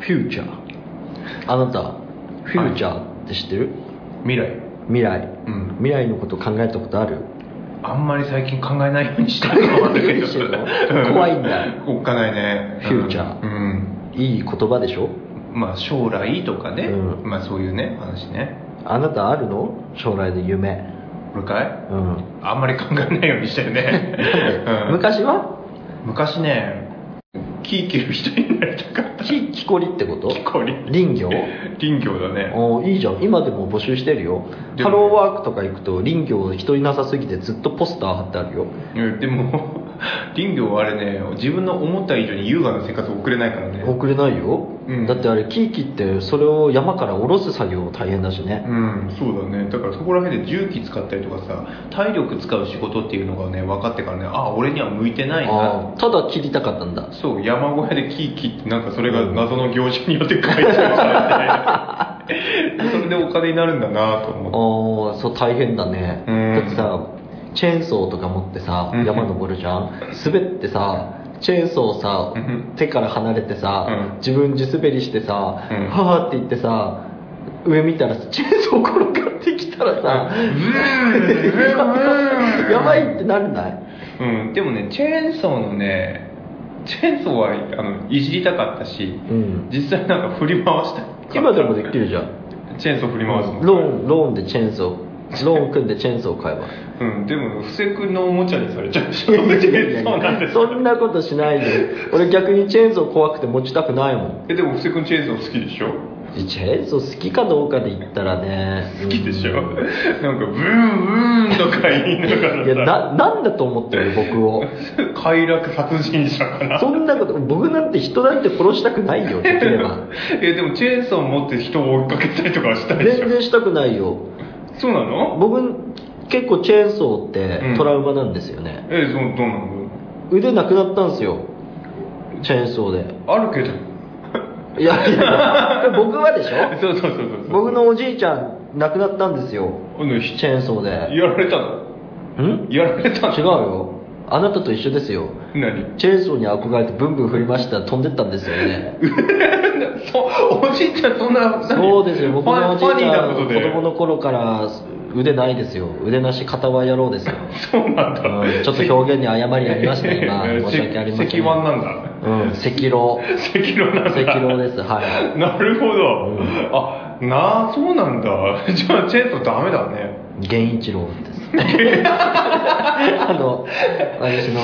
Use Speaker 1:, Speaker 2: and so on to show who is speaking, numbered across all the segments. Speaker 1: フューチャー
Speaker 2: あなたフューチャーって知ってる、
Speaker 1: 未来
Speaker 2: 未来、
Speaker 1: うん
Speaker 2: 未来のこと考えたことある
Speaker 1: あんまり最近考えないようにしてるの
Speaker 2: 怖いんだ
Speaker 1: おっかないね
Speaker 2: フューチャー
Speaker 1: うん、
Speaker 2: いい言葉でしょ
Speaker 1: うんまあ将来とかね、
Speaker 2: う
Speaker 1: まあそういうね話ね
Speaker 2: あなたあるの将来の夢
Speaker 1: これかい
Speaker 2: うん
Speaker 1: あんまり考えないようにしてるね
Speaker 2: なんで、
Speaker 1: うん
Speaker 2: 昔は
Speaker 1: 昔ね木生きる人になりた かった
Speaker 2: 木木こりってこと
Speaker 1: 木こり
Speaker 2: 林業
Speaker 1: 林業だね
Speaker 2: おーいいじゃん今でも募集してるよ
Speaker 1: でも
Speaker 2: ハローワークとか行くと林業人いなさすぎてずっとポスター貼ってあるよ
Speaker 1: うんでも林業はあれね自分の思った以上に優雅な生活を送れないからね
Speaker 2: 送れないよ、
Speaker 1: うん
Speaker 2: だってあれ木切ってそれを山から下ろす作業大変だしね
Speaker 1: うんそうだねだからそこら辺で重機使ったりとかさ体力使う仕事っていうのがね分かってからねあ俺には向いてないな
Speaker 2: あーただ切りたかったんだ
Speaker 1: そう山小屋で木切ってなんかそれが謎の行事によって解消されて それでお金になるんだな
Speaker 2: あ
Speaker 1: と思って
Speaker 2: ーそう大変だね、
Speaker 1: うん
Speaker 2: だってさチェーンソーとか持ってさ
Speaker 1: うん
Speaker 2: 山登るじゃん、滑ってさチェーンソーさ、
Speaker 1: うん
Speaker 2: 手から離れてさ、
Speaker 1: うん
Speaker 2: 自分自滑りしてさ、
Speaker 1: うん
Speaker 2: はーって言ってさ上見たらチェーンソー転がってきたらさ、 やばいってなるない
Speaker 1: うん、でもねチェーンソーのねチェーンソーはあのいじりたかったし
Speaker 2: うん
Speaker 1: 実際なんか振り回した
Speaker 2: 今でもできるじゃん
Speaker 1: チェーンソー振り回すの
Speaker 2: ローンローンでチェーンソーローン組んでチェーンソー買えば
Speaker 1: うん、でも布施君のおもちゃにされちゃうし そうなんです
Speaker 2: そんなことしないで俺逆にチェーンソー怖くて持ちたくないもん
Speaker 1: えでも布施君チェーンソー好きでしょ
Speaker 2: チェーンソー好きかどうかで言ったらね
Speaker 1: 好きでしょ、
Speaker 2: うん
Speaker 1: なんかブーンブーンとか言いながら
Speaker 2: いや
Speaker 1: さ
Speaker 2: ななんだと思ってる僕 を
Speaker 1: 快楽殺人者かな
Speaker 2: そんなこと僕なんて人なんて殺したくないよできれ ば
Speaker 1: えでもチェーンソー持って人を追いかけたりとかはしたいでし
Speaker 2: 全
Speaker 1: ょ
Speaker 2: 然したくないよ
Speaker 1: そうなの
Speaker 2: 僕結構チェーンソーっ
Speaker 1: うん
Speaker 2: てトラウマなんですよね、
Speaker 1: えどどうなの
Speaker 2: 腕なくなったんですよチェーンソーで
Speaker 1: あるけど
Speaker 2: いやいやいや 僕はでしょ
Speaker 1: そうそうそうそう
Speaker 2: 僕のおじいちゃん亡くなったんですよ
Speaker 1: あのひ
Speaker 2: チェーンソーで
Speaker 1: やられたの
Speaker 2: ん
Speaker 1: やられたの
Speaker 2: 違うよあなたと一緒ですよ
Speaker 1: 何
Speaker 2: チェーンソーに憧れてブンブン振りましたら飛んでったんですよ ね
Speaker 1: そうおじいちゃんそんな何
Speaker 2: そうですよ僕
Speaker 1: ファ
Speaker 2: のお
Speaker 1: ン
Speaker 2: じい
Speaker 1: ファニ
Speaker 2: ち
Speaker 1: ー
Speaker 2: ゃ
Speaker 1: なんこと
Speaker 2: 子
Speaker 1: で
Speaker 2: 供の頃から腕ないですよ腕なし片は野郎ですよ、
Speaker 1: そうなんだ
Speaker 2: うんちょっと表現に誤りありま したね今申し訳ありません
Speaker 1: 赤腕なんだ
Speaker 2: うん赤 老
Speaker 1: 赤色なんだ
Speaker 2: 赤老ですはい
Speaker 1: なるほど、
Speaker 2: うん
Speaker 1: あなあそうなんだ じゃあチェーンソーダメだね
Speaker 2: 源一郎 ですあの私の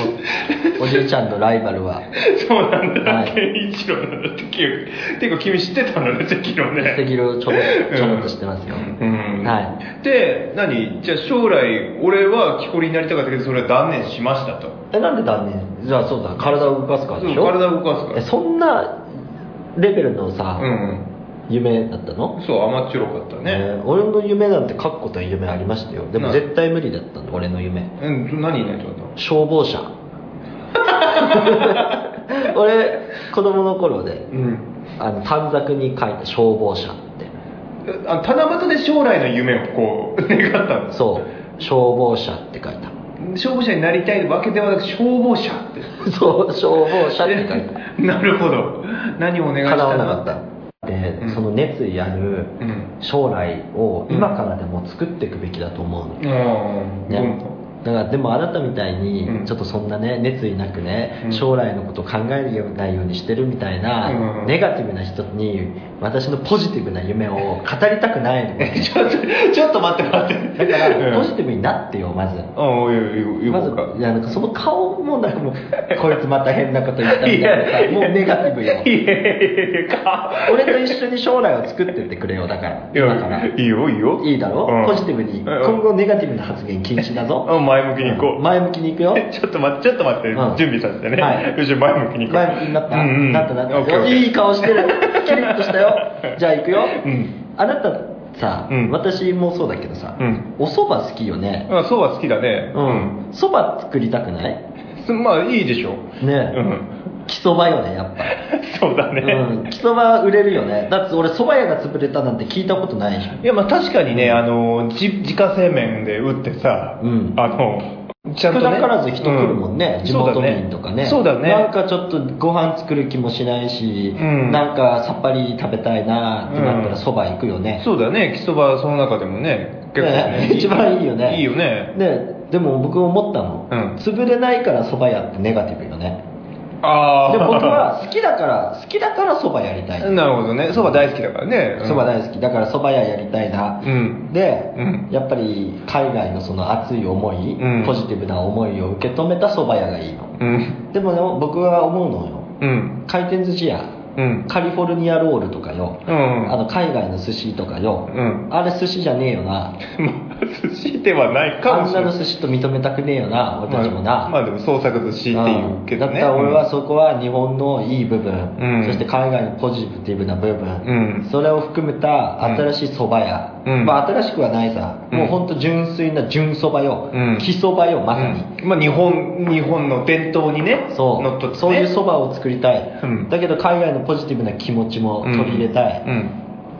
Speaker 2: おじいちゃんのライバルは
Speaker 1: そうなんだ、
Speaker 2: はい
Speaker 1: 健一郎なんだって結構ていうか君知ってたのね赤色
Speaker 2: 赤
Speaker 1: ね
Speaker 2: 老ちょろっとちょろっとしてますよ、
Speaker 1: うん、
Speaker 2: はい
Speaker 1: い、で何じゃあ将来俺は木こりになりたかったけどそれは断念しましたと
Speaker 2: えなんで断念じゃあそうだ体を動かすからでしょ
Speaker 1: 体を動かすから
Speaker 2: えそんなレベルのさ、
Speaker 1: うん
Speaker 2: 夢だったの、
Speaker 1: そう甘っちょろかったね、
Speaker 2: えー俺の夢なんて確固たる夢ありましたよで
Speaker 1: な
Speaker 2: も絶対無理だったの俺の夢
Speaker 1: うん何になりたかったの
Speaker 2: 消防車 俺子供の頃で
Speaker 1: うん
Speaker 2: あの短冊に書いた消防車って
Speaker 1: あ七夕で将来の夢をこう願ったんです
Speaker 2: そう消防車って書いた
Speaker 1: 消防車になりたいわけではなく消防車って
Speaker 2: そう消防車って書いた
Speaker 1: なるほど何をお願いした
Speaker 2: 叶
Speaker 1: の
Speaker 2: わなかったで、
Speaker 1: うん
Speaker 2: その熱意ある
Speaker 1: うん
Speaker 2: 将来を今からでも作っていくべきだと思うの、
Speaker 1: うん
Speaker 2: ねだからでもあなたみたい
Speaker 1: うん
Speaker 2: にちょっとそんなね熱意なくね
Speaker 1: うん
Speaker 2: 将来のことを考えるないようにしてるみたい
Speaker 1: うん
Speaker 2: なネガティブな人に私のポジティブな夢を語りたくないのだ
Speaker 1: ちょっとちょっと待って待って
Speaker 2: からポジ
Speaker 1: うん
Speaker 2: ティブになってよまず
Speaker 1: ああいやいやいや
Speaker 2: まず
Speaker 1: 僕はい
Speaker 2: やなんかその顔もなんかもうこいつまた変なこと言ったみたいなさもうネガティブよ
Speaker 1: いやいやいやか
Speaker 2: 俺と一緒に将来を作ってってくれよだから
Speaker 1: いや
Speaker 2: だから
Speaker 1: いいよいいよ
Speaker 2: いいだろ、
Speaker 1: うん
Speaker 2: ポジティブに
Speaker 1: うん
Speaker 2: 今後ネガティブな発言禁止だぞ
Speaker 1: あ前向きに行こう、
Speaker 2: 前向きにいくよ
Speaker 1: えちょっと待ってちょっと待って、
Speaker 2: うん
Speaker 1: 準備させてね、
Speaker 2: はい
Speaker 1: よし前向きに行こう
Speaker 2: 前向きになった、
Speaker 1: うんうん、
Speaker 2: なったな
Speaker 1: オッ
Speaker 2: っ
Speaker 1: ケーオッ
Speaker 2: た
Speaker 1: ケー
Speaker 2: いい顔して るキリッとしたよじゃあ行くよ、
Speaker 1: うん
Speaker 2: あなたさ、
Speaker 1: うん
Speaker 2: 私もそうだけどさ、
Speaker 1: うん
Speaker 2: お蕎麦好きよね
Speaker 1: あそうは好きだね
Speaker 2: うん蕎麦作りたくない
Speaker 1: すまあいいでしょう
Speaker 2: ねえ、
Speaker 1: ん
Speaker 2: 木そばよね やっぱ、
Speaker 1: そうだね、
Speaker 2: うん、木そば売れるよねだって俺蕎麦屋が潰れたなんて聞いたことないじゃん
Speaker 1: いやまあ確かにね、あのじ自家製麺で打ってさ、
Speaker 2: うん
Speaker 1: あのちゃんと、ね、
Speaker 2: 少なからず人来るもんね、
Speaker 1: う
Speaker 2: 地元民とかね
Speaker 1: そうだねそうだね
Speaker 2: なんかちょっとご飯作る気もしないし、
Speaker 1: うん
Speaker 2: なんかさっぱり食べたいなってなったらそば行くよね、
Speaker 1: そうだね木そばその中でもね結構ね
Speaker 2: ね一番いいよね
Speaker 1: いいよね
Speaker 2: ねでも僕思ったの、
Speaker 1: うん
Speaker 2: 潰れないからそば屋ってネガティブよね
Speaker 1: ああ
Speaker 2: で僕は好きだから好きだからそばやりたい
Speaker 1: なるほどねそば大好きだからね
Speaker 2: そば
Speaker 1: 好
Speaker 2: 大好きだからそば屋やりたいな
Speaker 1: き、うん
Speaker 2: で、
Speaker 1: うん
Speaker 2: やっぱり海外のその熱い思い、
Speaker 1: うん
Speaker 2: ポジティブな思いを受け止めたそば屋がいいの
Speaker 1: うん
Speaker 2: でもね僕は思うのよ
Speaker 1: うん
Speaker 2: 回転寿司屋
Speaker 1: うん
Speaker 2: カリフォルニアロールとかよ、
Speaker 1: うん
Speaker 2: あの海外の寿司とかよ、
Speaker 1: うん
Speaker 2: あれ寿司じゃねえよな
Speaker 1: まあ 寿司ではないか
Speaker 2: あ
Speaker 1: も
Speaker 2: ん
Speaker 1: し
Speaker 2: な
Speaker 1: れない
Speaker 2: の寿司と認めたくねえよな俺たちもな、
Speaker 1: まあまあでも創作寿司っていうけど
Speaker 2: だ
Speaker 1: ね
Speaker 2: から俺はそこは日本のいい部分、
Speaker 1: うん
Speaker 2: そして海外のポジティブな部
Speaker 1: う
Speaker 2: 分、
Speaker 1: ん
Speaker 2: それを含めた新しい蕎麦屋、
Speaker 1: うん
Speaker 2: まあ新しくはないさ、
Speaker 1: うん
Speaker 2: もうほんと純粋な純蕎麦よ、
Speaker 1: うん
Speaker 2: 木蕎麦よまさに、
Speaker 1: うんまあ日本日本の伝統にね
Speaker 2: そう
Speaker 1: のっとってね
Speaker 2: そういう蕎麦を作りたい、
Speaker 1: うん
Speaker 2: だけど海外のポジティブな気持ちも取り入れたい、
Speaker 1: うん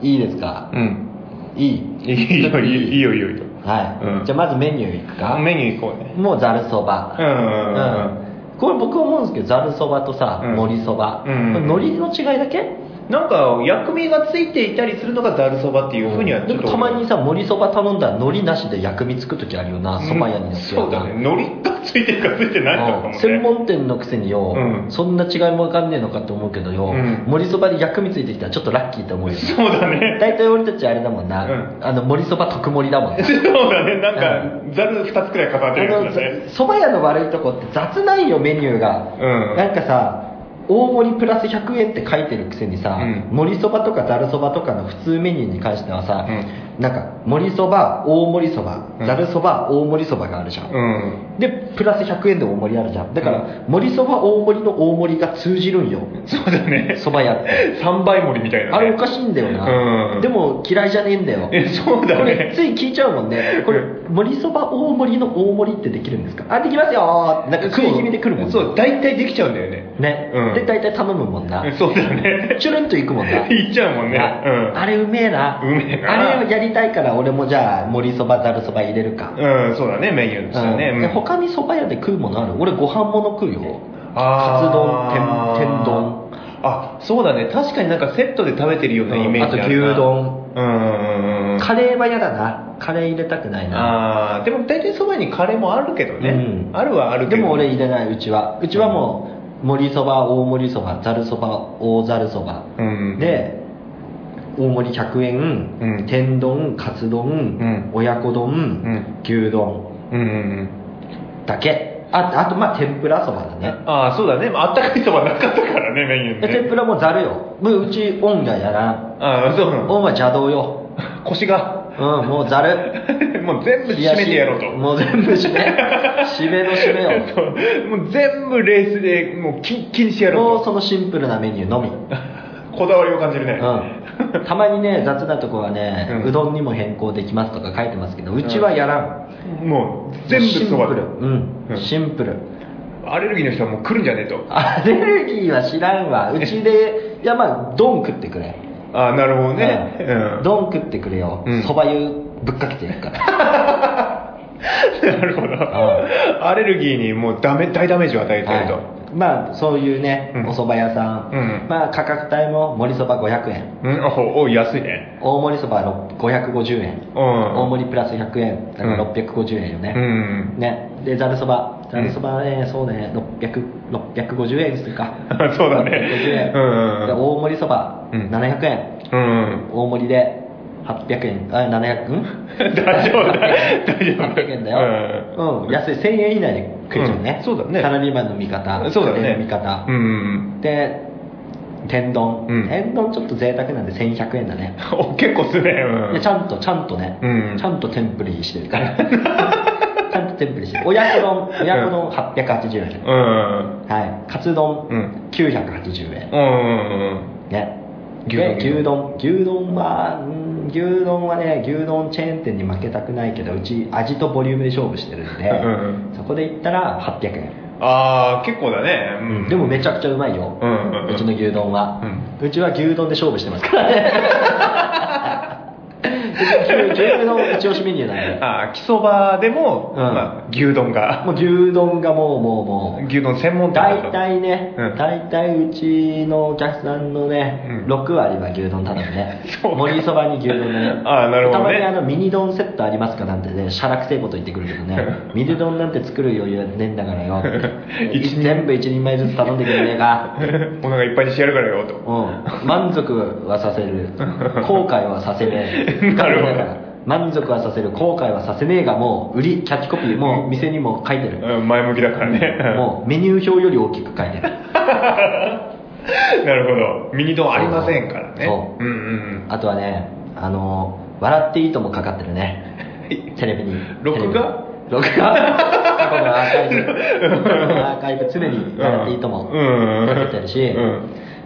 Speaker 2: いいですか、
Speaker 1: うん
Speaker 2: いい
Speaker 1: いいよいいよいいよいいよ
Speaker 2: はい、
Speaker 1: うん
Speaker 2: じゃあまずメニューいくか、
Speaker 1: メニュー行こうね
Speaker 2: もうざるそば
Speaker 1: うんうんうんうん
Speaker 2: これ僕思うんですけどざるそばとさ
Speaker 1: うん
Speaker 2: のりそば
Speaker 1: うん
Speaker 2: のりの違いだけ
Speaker 1: なんか薬味がついていたりするのがざるそばっていうふうにはち
Speaker 2: で
Speaker 1: ょっ
Speaker 2: も
Speaker 1: と
Speaker 2: たまにさのりそば頼んだらのりなしで薬味つく時あるよなそば屋によって
Speaker 1: そうだね海苔がついてるかついてないかかもね
Speaker 2: 専門店のくせによ、
Speaker 1: うん
Speaker 2: そんな違いも分かんねえのかと思うけどよ、
Speaker 1: うん
Speaker 2: 盛りそばで薬味ついてきたらちょっとラッキーと思うよ
Speaker 1: そうだね
Speaker 2: 大体俺たちあれだもんな、
Speaker 1: う
Speaker 2: あの盛りそば特盛りだ もんね
Speaker 1: そうだねなんかざる2つくらい重なってるやつだね
Speaker 2: そば屋の悪いとこって雑なんよメニューが、
Speaker 1: うん
Speaker 2: なんかさ大盛りプラス100円って書いてるくせにさ、
Speaker 1: う
Speaker 2: 盛りそばとかざるそばとかの普通メニューに関してはさ、なんか盛りそば大盛りそば
Speaker 1: うん
Speaker 2: ざるそば大盛りそばがあるじゃん、
Speaker 1: うん
Speaker 2: でプラス100円で大盛りあるじゃんだから盛りそば大盛りの大盛りが通じるんよ
Speaker 1: そうだね
Speaker 2: そば屋って
Speaker 1: 3倍盛りみたいな、ね、
Speaker 2: あれおかしいんだよな、
Speaker 1: うん
Speaker 2: でも嫌いじゃねえんだよ
Speaker 1: えそうだ
Speaker 2: これ
Speaker 1: ね
Speaker 2: つい聞いちゃうもんねこれ盛りそば大盛りの大盛りってできるんですかあできますよー なんか食い気味で来るもんね
Speaker 1: そう大体できちゃうんだよね
Speaker 2: ね、
Speaker 1: うん
Speaker 2: で大体頼むもんな
Speaker 1: そうだね
Speaker 2: チュルンと行くもんな
Speaker 1: いっちゃうもんね
Speaker 2: な
Speaker 1: うん
Speaker 2: あれうめえな
Speaker 1: うめえな
Speaker 2: あれをやりたいから俺もじゃあ盛りそばざるそば入れるか、
Speaker 1: うんそうだねメニューとしてね、
Speaker 2: う
Speaker 1: うんん、
Speaker 2: で他にそば屋で食うものある俺ご飯もの食うよ
Speaker 1: あー
Speaker 2: カツ丼天天丼
Speaker 1: あそうだね確かになんかセットで食べてるようなイメージ
Speaker 2: あと
Speaker 1: るな
Speaker 2: 牛丼
Speaker 1: うんうんうんうん
Speaker 2: カレーは嫌だなカレー入れたくないな
Speaker 1: あーでも大体そばにカレーもあるけどね、
Speaker 2: うん
Speaker 1: あるはあるけ
Speaker 2: で
Speaker 1: ど
Speaker 2: も俺入れないうちはうちはもう盛りそば大盛りそばざるそば大ざるそば
Speaker 1: うん
Speaker 2: で大盛り100円、
Speaker 1: うん
Speaker 2: 天丼カツ丼、
Speaker 1: ん
Speaker 2: 親子丼、
Speaker 1: ん
Speaker 2: 牛丼
Speaker 1: うんうんうん
Speaker 2: だけああとまあ天ぷらそばだね
Speaker 1: ああそうだねあったかいそばなかったからねメニュー
Speaker 2: で
Speaker 1: に
Speaker 2: 天
Speaker 1: ね
Speaker 2: ぷらもざるよもううちオンがやらん
Speaker 1: ああそうな
Speaker 2: オ
Speaker 1: の
Speaker 2: ンは邪道よ
Speaker 1: 腰が
Speaker 2: うんもうざる
Speaker 1: もう全部 締めてやろうと
Speaker 2: もう全部締め締めの締めよ
Speaker 1: そう もう全部レースでもうキンキンにしてやろ
Speaker 2: もう
Speaker 1: うと
Speaker 2: そのシンプルなメニューのみ
Speaker 1: こだわりを感じるね、
Speaker 2: うん、たまにね雑なとこはね、う
Speaker 1: うん
Speaker 2: どんにも変更できますとか書いてますけどうちはやらん、
Speaker 1: もう全
Speaker 2: シ
Speaker 1: 部
Speaker 2: ン
Speaker 1: そば
Speaker 2: プルうん、
Speaker 1: うん
Speaker 2: シンプル
Speaker 1: アレルギーの人はもう来るんじゃねえと
Speaker 2: アレルギーは知らんわうち でいやまあ丼食ってくれ
Speaker 1: ああなるほどね、
Speaker 2: う
Speaker 1: うんん、
Speaker 2: 丼、食ってくれよ
Speaker 1: うん
Speaker 2: そば、湯ぶっかけてやる から
Speaker 1: なるほどアレルギーにもうダメ大ダメージを与えてると、
Speaker 2: はいまあそういうね、
Speaker 1: うん
Speaker 2: お蕎麦屋さん、
Speaker 1: うん
Speaker 2: まあ価格帯も盛りそば500円
Speaker 1: うんあおお安いね
Speaker 2: 大盛りそば550円、
Speaker 1: うん
Speaker 2: 大盛りプラス100円だから650円よね、
Speaker 1: うん
Speaker 2: ね、でざるそばざ
Speaker 1: うん
Speaker 2: るそばね、そうね600 650円するか
Speaker 1: そうだね
Speaker 2: 650円、
Speaker 1: うん
Speaker 2: で大盛りそば、
Speaker 1: うん
Speaker 2: 700円
Speaker 1: うん
Speaker 2: 大盛りで800円あ700うん
Speaker 1: 大丈夫だ大丈夫
Speaker 2: 800円だ よ、うん安い1000円以内で食えちゃうね、
Speaker 1: うんそうだね
Speaker 2: サラリーマンの味方
Speaker 1: そうだ
Speaker 2: 家庭
Speaker 1: ね
Speaker 2: の味方
Speaker 1: う、ん
Speaker 2: で天丼、
Speaker 1: うん
Speaker 2: 天丼ちょっと贅沢なんで1100円だね、
Speaker 1: お結構するね
Speaker 2: いやちゃんとちゃんとね、
Speaker 1: うん
Speaker 2: ちゃんと天ぷりしてるから ちゃんと天ぷりしてる親子丼親子丼880円、
Speaker 1: うん
Speaker 2: はい、カツ丼、
Speaker 1: うん
Speaker 2: 980円、
Speaker 1: うん
Speaker 2: ね
Speaker 1: 牛丼
Speaker 2: で牛丼牛丼はうん牛丼はね牛丼チェーン店に負けたくないけどうち味とボリュームで勝負してるんで、
Speaker 1: うん
Speaker 2: そこで行ったら800円、
Speaker 1: ああ結構だね、うん、
Speaker 2: でもめちゃくちゃうまいよ、
Speaker 1: うんうんうん
Speaker 2: ち の牛丼は、うちは牛丼で勝負してますからね牛丼一押しメニューなんで。
Speaker 1: ああ、木そばでも、
Speaker 2: うん
Speaker 1: まあ、牛丼が、
Speaker 2: もう牛丼がもうもうもう。
Speaker 1: 牛丼専門店だ
Speaker 2: 大体ね、
Speaker 1: うん
Speaker 2: 大体うちのお客さんのね、
Speaker 1: うん
Speaker 2: 6割は牛丼頼むね
Speaker 1: そうか
Speaker 2: 盛りそばに牛丼でね
Speaker 1: ああなるほどね
Speaker 2: たまにあのミニ丼セットありますかなんてねしゃらくせえこと言ってくるけどね ミニ丼なんて作る余裕はねえんだからよ
Speaker 1: 一人
Speaker 2: 全部一人前ずつ頼んでくれねえか
Speaker 1: お腹いっぱいにしてやるからよ、と。
Speaker 2: うん満足はさせる後悔はさせねえ
Speaker 1: なるほど
Speaker 2: だから満足はさせる後悔はさせねえがもう売りキャッチコピーもう店にも書いてる
Speaker 1: うん前向きだからね。
Speaker 2: もうメニュー表より大きく書いてる
Speaker 1: なるほど。ミニ丼ありませんからね。
Speaker 2: そ
Speaker 1: うんうん
Speaker 2: あとはねあの「笑っていいとも」かかってるねテレビに
Speaker 1: 録画
Speaker 2: テレビに録画過去のアーカイブ過去のアーカイブ常
Speaker 1: う
Speaker 2: に「
Speaker 1: ん。
Speaker 2: 笑っていいとも」
Speaker 1: うん
Speaker 2: かけてるし、
Speaker 1: うん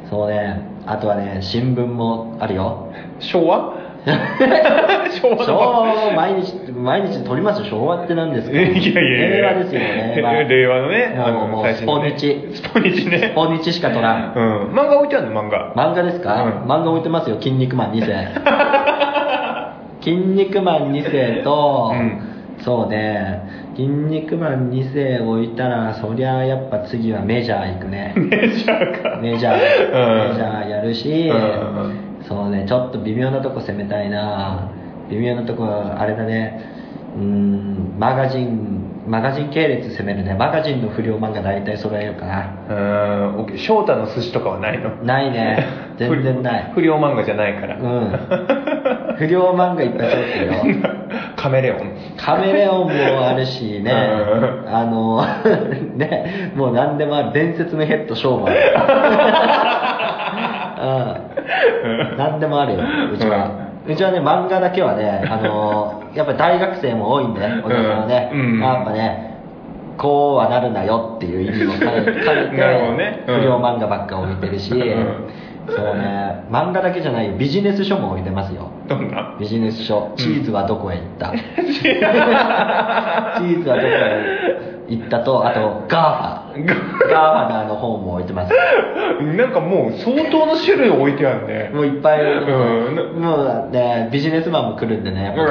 Speaker 2: そうねあとはね新聞もあるよ
Speaker 1: 昭和 昭和
Speaker 2: 昭和を毎日毎日撮りますよ昭和って何です
Speaker 1: い
Speaker 2: か
Speaker 1: やいやいや
Speaker 2: 令和ですよ令和
Speaker 1: 令和のね、あ
Speaker 2: もうも
Speaker 1: の、
Speaker 2: う
Speaker 1: 最新のねスポニチね。
Speaker 2: 大日しか撮らん
Speaker 1: うん。漫画置いてあるの、漫画。
Speaker 2: 漫画ですか、
Speaker 1: うん
Speaker 2: 漫画置いてますよ「筋肉マン2世」 「筋肉マン2世と」
Speaker 1: うん
Speaker 2: そうね「筋肉マン2世」置いたらそりゃやっぱ次はメジャー行くね
Speaker 1: メジャーか。
Speaker 2: メジャー、
Speaker 1: うん
Speaker 2: メジャーやるし、
Speaker 1: うん
Speaker 2: そうねちょっと微妙なとこ攻めたいな微妙なとこあれだねうーんマガジンマガジン系列攻めるねマガジンの不良漫画大体揃えようかな
Speaker 1: うん。僕翔太の寿司とかはないの
Speaker 2: ないね 全然ない
Speaker 1: 不良漫画じゃないから。
Speaker 2: うん。不良漫画いっぱい撮ってるよ。
Speaker 1: カメレオン。
Speaker 2: カメレオンもあるしね、
Speaker 1: うん
Speaker 2: あの、 ね、もう何でもある、伝説のヘッドショーもある。うん。何でもあるよ、うちは。うちはね、漫画だけはね、あの、やっぱ大学生も多いんで、お客さんはね、
Speaker 1: うんうん
Speaker 2: やっぱね、こうはなるなよっていう意味も兼ね兼ねて、
Speaker 1: なるほどねうん
Speaker 2: 不良漫画ばっか置いてるし、
Speaker 1: うん
Speaker 2: そうね、漫画だけじゃないよビジネス書も置いてますよ。
Speaker 1: どんな
Speaker 2: ビジネス書チーズはどこへ行っ た、チーズはどこへ行ったとあとガーファガーファのあの本も置いてます
Speaker 1: なんかもう相当の種類置いてあるね。
Speaker 2: もういっぱい、
Speaker 1: う
Speaker 2: もうねビジネスマンも来るんでねやっぱ
Speaker 1: うわー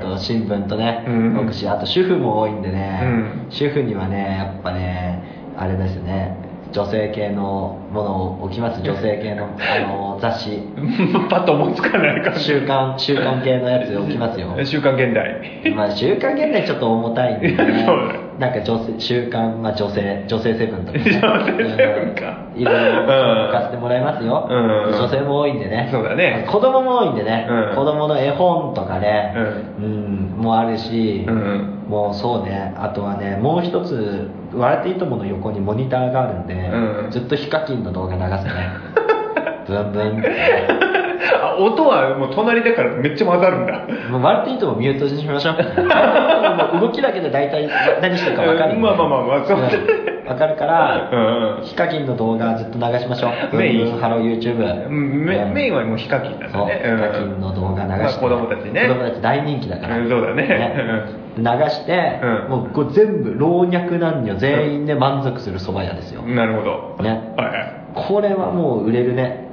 Speaker 2: ガーファと新聞とね
Speaker 1: うん
Speaker 2: 僕しあと主婦も多いんでね、
Speaker 1: うん
Speaker 2: 主婦にはねやっぱねあれですね女性系のものを置きます女性系のあの雑 誌
Speaker 1: パッと思いつかない感じ。
Speaker 2: 週刊週刊系のやつ置きますよ
Speaker 1: 週刊現代。
Speaker 2: まあ週刊現代ちょっと重たいんで、ね
Speaker 1: そうだよ、
Speaker 2: なんか女性週刊、まあ、女性女性セブンとか、ね、
Speaker 1: 女性セブンか
Speaker 2: うんいろいろ
Speaker 1: うん
Speaker 2: 置かせてもらいますよ、
Speaker 1: うん
Speaker 2: 女性も多いんでね
Speaker 1: そうだね
Speaker 2: 子供も多いんでね、
Speaker 1: うん
Speaker 2: 子供の絵本とかね、うんもあるし、
Speaker 1: うん
Speaker 2: もうそうねあとはねもう一つ「笑っていいとも」の横にモニターがあるんで、
Speaker 1: うん
Speaker 2: ずっとヒカキンの動画流す ねブンブンってね、
Speaker 1: あ音はもう隣だからめっちゃ混ざるんだ。
Speaker 2: もう割っていいともミュートにしまし ょう。もう動きだけで大体何してるか分かるんで。
Speaker 1: まあまあまあまあそうだね
Speaker 2: ん分かるか
Speaker 1: う
Speaker 2: ら、
Speaker 1: ん
Speaker 2: ヒカキンの動画ずっと流しましょう。
Speaker 1: メイン
Speaker 2: ブンブンハロー YouTube。
Speaker 1: うん。メメイン
Speaker 2: は
Speaker 1: はもうヒカキンだ
Speaker 2: そう、
Speaker 1: ね。
Speaker 2: ヒカキンの動画流して。
Speaker 1: まあ子供たちね
Speaker 2: 子供たち大人気だから。
Speaker 1: うんそうだね
Speaker 2: 流して、
Speaker 1: うん
Speaker 2: もうこう全部老若男女全員で満足する蕎麦屋ですよ。
Speaker 1: うん。なるほど。
Speaker 2: ね。
Speaker 1: はいはい。
Speaker 2: これはもう売れるね。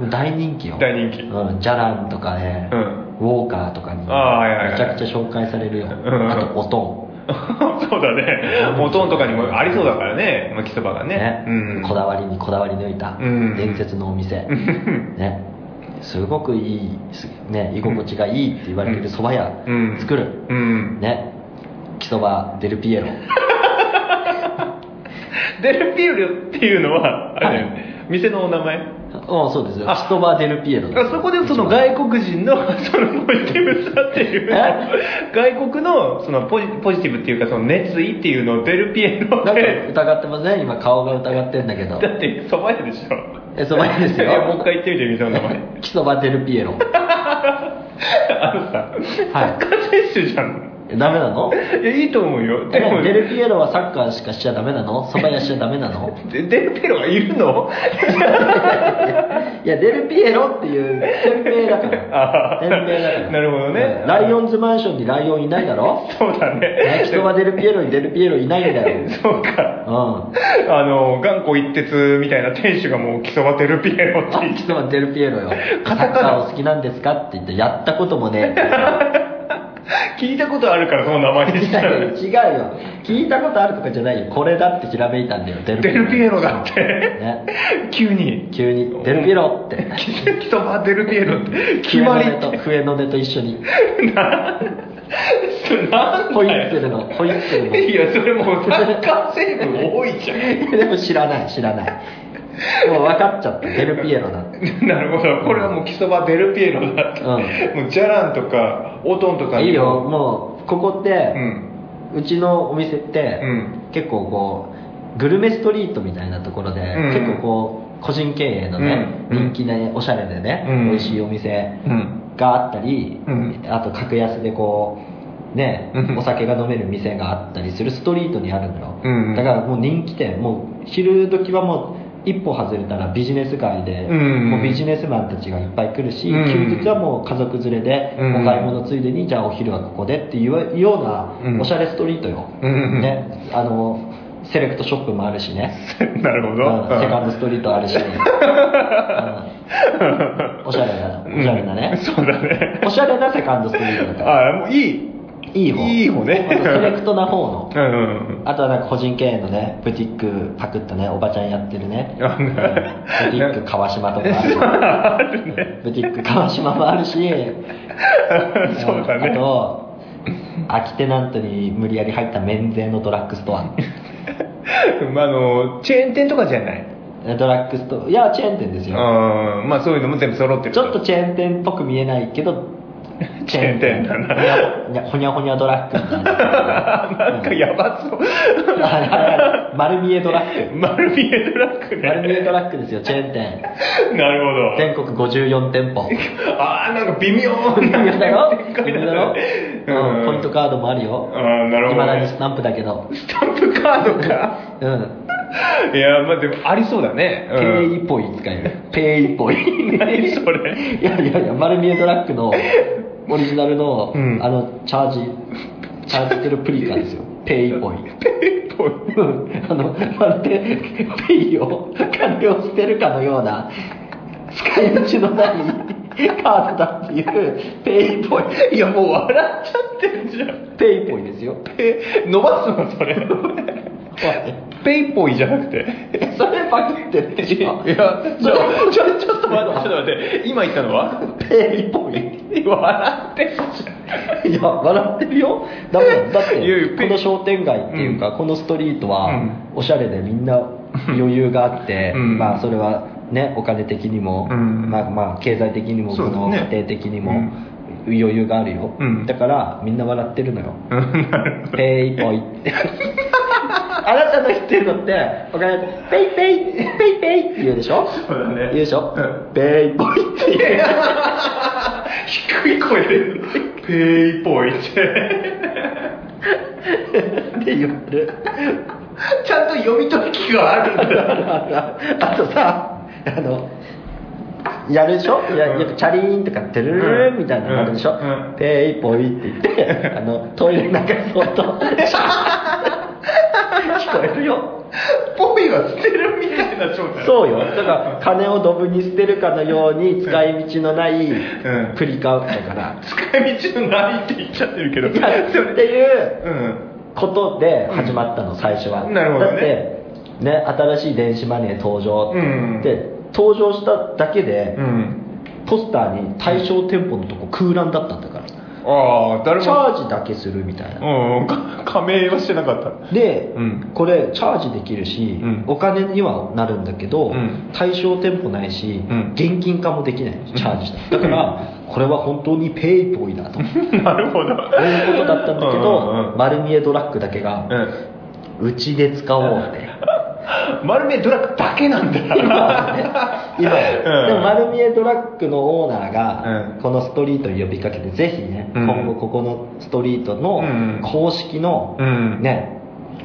Speaker 2: もう大人気よ。
Speaker 1: 大人気。うん。
Speaker 2: うん、ジャランとかね、
Speaker 1: うん
Speaker 2: ウォーカーとかにめち
Speaker 1: あーはいはいはい
Speaker 2: ゃくちゃ紹介されるよ、
Speaker 1: ん
Speaker 2: あと音、
Speaker 1: そうだね。おとんとかにもありそうだからね、巻きそばがね。
Speaker 2: ね
Speaker 1: うん。
Speaker 2: こだわりにこだわり抜いた
Speaker 1: うん
Speaker 2: 伝説のお店、ね、すごくいい、すね、居心地がいいって言われてる蕎麦屋、
Speaker 1: うん
Speaker 2: 作る、
Speaker 1: うん。
Speaker 2: ね木そばデルピエロ
Speaker 1: デルピエロっていうのは、あれだよね、店のお名前
Speaker 2: うんそうですよ
Speaker 1: あ
Speaker 2: 木そばデルピエロです
Speaker 1: あそこでその外国人の そのポジティブさっていう
Speaker 2: え
Speaker 1: 外国のそのポジポジティブっていうかその熱意っていうのをデルピエロ
Speaker 2: なんか
Speaker 1: で
Speaker 2: 疑ってません今顔が疑ってんだけ ど
Speaker 1: だってそば屋でしょ
Speaker 2: え蕎麦屋です
Speaker 1: いやもう一
Speaker 2: よ
Speaker 1: 回言ってみて店の名前
Speaker 2: 木そばデルピエロ
Speaker 1: あのさ、
Speaker 2: はい
Speaker 1: サッカー選手じゃん
Speaker 2: えダメなの
Speaker 1: いや、いいと思うよ。
Speaker 2: え
Speaker 1: でも、
Speaker 2: デルピエロはサッカーしかしちゃダメなのそば屋しちゃダメなの
Speaker 1: デデルピエロがいるの
Speaker 2: いや、デルピエロっていう店名だ から。
Speaker 1: あ
Speaker 2: 店名だから。
Speaker 1: なるほどね
Speaker 2: うんライオンズマンションにライオンいないだろ
Speaker 1: そうだね。
Speaker 2: ね人はデルピエロにデルピエロいないんだ よ。
Speaker 1: そうか。
Speaker 2: うん。
Speaker 1: あの、頑固一徹みたいな店主がもう、キソバデルピエロって
Speaker 2: あ
Speaker 1: 言っ
Speaker 2: いつはデルピエロよ。サ
Speaker 1: カ
Speaker 2: ッ
Speaker 1: タカナ
Speaker 2: カーお好きなんですかって言って、やったこともねえって さ
Speaker 1: て聞いたことあるから、その名前に
Speaker 2: い
Speaker 1: した
Speaker 2: や
Speaker 1: ら。
Speaker 2: いや違うよ。聞いたことあるとかじゃないよ。これだってひらめいたんだよ、デ
Speaker 1: デルピエロだって
Speaker 2: ね。
Speaker 1: 急に。
Speaker 2: 急に、デルピエロって。
Speaker 1: キソバデルピエロって、決まり
Speaker 2: 笛の音笛の音と一緒に。
Speaker 1: なん
Speaker 2: ホイ
Speaker 1: だ
Speaker 2: ッ
Speaker 1: よ
Speaker 2: ツェルの、ホイッツェルの。
Speaker 1: いや、それもうサッカー成分多いじゃん。
Speaker 2: でも知らない知らないもう分かっちゃったデルピエロだって
Speaker 1: なるほど。これはもうキソバデルピエロだって。
Speaker 2: う
Speaker 1: もうジャランとか、オトンとか
Speaker 2: い
Speaker 1: にも
Speaker 2: いよ。もうここっ
Speaker 1: う
Speaker 2: て、
Speaker 1: ん。
Speaker 2: うちのお店って、
Speaker 1: うん。
Speaker 2: 結構こうグルメストリートみたいなところで、
Speaker 1: ん
Speaker 2: 結構こう個人経営のね、
Speaker 1: うん
Speaker 2: 人気でおしゃれでね、
Speaker 1: うん
Speaker 2: 美味しいお店
Speaker 1: うん。
Speaker 2: があったり、
Speaker 1: うん
Speaker 2: あと格安でこうね
Speaker 1: うん
Speaker 2: お酒が飲める店があったりするストリートにあるのよ、
Speaker 1: うん
Speaker 2: だからもう人気店もう昼時はもう一歩外れたらビジネス街で、
Speaker 1: うん
Speaker 2: もうビジネスマンたちがいっぱい来るし、
Speaker 1: うん
Speaker 2: 休日はもう家族連れで
Speaker 1: うん
Speaker 2: お買い物ついでに、じゃあお昼はここでっていうよう
Speaker 1: うん
Speaker 2: なおしゃれストリートよ、
Speaker 1: うん
Speaker 2: ね、あのセレクトショップもあるしね、
Speaker 1: なるほ
Speaker 2: うん、セ
Speaker 1: ど。
Speaker 2: カンドストリートあ るし、うんおしゃれなおしゃれなね、
Speaker 1: うん そうだね。
Speaker 2: おしゃれなセカンドストリートだから
Speaker 1: ああ、もういい。
Speaker 2: いい方
Speaker 1: いい方ね
Speaker 2: あとセレクトな方の
Speaker 1: うんうん
Speaker 2: あとはなんか個人経営のねブティックパクったねおばちゃんやってるね
Speaker 1: あ
Speaker 2: うんブティック川島とかあるしブティック川島もあるし
Speaker 1: うん。そうだ
Speaker 2: あ
Speaker 1: ね。
Speaker 2: と空きテナントに無理やり入った免税のドラッグストア
Speaker 1: まああの、チェーン店とかじゃない。
Speaker 2: えドラッグストアいやチェーン店ですよ
Speaker 1: うん。まあそういうのも全部揃ってる。
Speaker 2: ちょっとチェーン店っぽく見えないけど
Speaker 1: チェーン店だな
Speaker 2: ほにゃほにゃほにゃほにゃドラッグみたいな
Speaker 1: なんかやばそう。
Speaker 2: あ丸見えドラッグ
Speaker 1: 丸見えドラッグね。
Speaker 2: 丸見えドラッグですよチェーン店
Speaker 1: なるほど。
Speaker 2: 全国54店 舗
Speaker 1: ああ、なんか微妙
Speaker 2: 微
Speaker 1: な。
Speaker 2: 妙だろ
Speaker 1: 展
Speaker 2: 微
Speaker 1: 開
Speaker 2: 妙
Speaker 1: だ
Speaker 2: だろ、うん、ポイント
Speaker 1: か。
Speaker 2: カードもあるよ
Speaker 1: ああ、なる
Speaker 2: い
Speaker 1: ほ
Speaker 2: ま
Speaker 1: ど
Speaker 2: だに
Speaker 1: ね。
Speaker 2: スタンプだけど
Speaker 1: スタンプカードか。
Speaker 2: うん
Speaker 1: いや、まあでもありそうだね。
Speaker 2: ペ
Speaker 1: うん
Speaker 2: イっぽい使える ペイっぽい
Speaker 1: 何それ。
Speaker 2: いやいやいや丸見えドラッグのオリジナルの、
Speaker 1: うん
Speaker 2: あのチャージチャージしてるプリカです よペイっぽい
Speaker 1: ペイポイ。
Speaker 2: うんあのまるでペイを金を捨てるかのような使い道のないカードだっていうペイっぽい
Speaker 1: いや、もう笑っちゃってるじゃん。
Speaker 2: ペイっぽいですよ
Speaker 1: ペイ、伸ばすのそれ。
Speaker 2: おい
Speaker 1: ペイポイじゃなくて。
Speaker 2: えそれパクってるでし
Speaker 1: いや
Speaker 2: ょ、
Speaker 1: ちょ、ちょ、ちょっと待って、ちょっと待って。今言ったのは
Speaker 2: ペイっぽい
Speaker 1: 笑ってるじゃ ん。
Speaker 2: いや笑ってるよダメだ よだって
Speaker 1: いやいや
Speaker 2: この商店街っていうか、このストリートは
Speaker 1: うん
Speaker 2: おしゃれでみんな余裕があって、
Speaker 1: うん
Speaker 2: まあそれはねお金的にも、
Speaker 1: うん
Speaker 2: まあまあ経済的にも
Speaker 1: そ
Speaker 2: こ
Speaker 1: うだね
Speaker 2: の家庭的にも
Speaker 1: うん
Speaker 2: 余裕があるよ、
Speaker 1: うん
Speaker 2: だからみんな笑ってるの よ
Speaker 1: うんなるほど
Speaker 2: ペイポイって あなたの言ってるのってお金ペイペイペイペイって言うでしょ
Speaker 1: そうだ ね
Speaker 2: 言うでしょ、
Speaker 1: う
Speaker 2: ペイポイって言う
Speaker 1: 低い声で、ペイポイって。
Speaker 2: って言われる
Speaker 1: ちゃんと読み解きがあるんだ。
Speaker 2: あとさあのやるでしょいや
Speaker 1: うん
Speaker 2: よくチャリーンとか「てるる
Speaker 1: うん
Speaker 2: みたいなのあるでしょ
Speaker 1: うん
Speaker 2: 「ペイポイ」って言 ってあのトイレの中にそっと聞こえるよ
Speaker 1: ポイは捨てるみたいな状態。
Speaker 2: そうよだから金をドブに捨てるかのように使い道のない
Speaker 1: ん
Speaker 2: プリカだから
Speaker 1: 使い道のないって言っちゃってるけど。
Speaker 2: いやっていう
Speaker 1: うん。
Speaker 2: ことで始まったの最初は
Speaker 1: なるほどね
Speaker 2: だってね新しい電子マネー登場
Speaker 1: うん
Speaker 2: で登場しただけで
Speaker 1: うん。
Speaker 2: ポスターに対象店舗のとこ空欄だったんだから、
Speaker 1: ああ、誰
Speaker 2: チ
Speaker 1: も。
Speaker 2: ャージだけするみたいな、
Speaker 1: うん、か加盟はしてなかった。
Speaker 2: で、
Speaker 1: うん
Speaker 2: これチャージできるし、
Speaker 1: うん
Speaker 2: お金にはなるんだけど、
Speaker 1: うん
Speaker 2: 対象店舗ないし、
Speaker 1: うん
Speaker 2: 現金化もできないチャージしただから、これは本当にペイっぽいなという
Speaker 1: なるほど。
Speaker 2: ことだったんだけど、
Speaker 1: うんうんうん
Speaker 2: 丸見えドラッグだけが、
Speaker 1: うん。
Speaker 2: うちで使おうって
Speaker 1: 丸目ドラッグだけなん
Speaker 2: 今
Speaker 1: だ。
Speaker 2: はね 今は、
Speaker 1: うん
Speaker 2: でも丸見えドラッグのオーナーが、
Speaker 1: うん
Speaker 2: このストリートに呼びかけてぜひね、
Speaker 1: うん
Speaker 2: 今後ここのストリートの
Speaker 1: うん
Speaker 2: 公式の
Speaker 1: う、ん。
Speaker 2: ね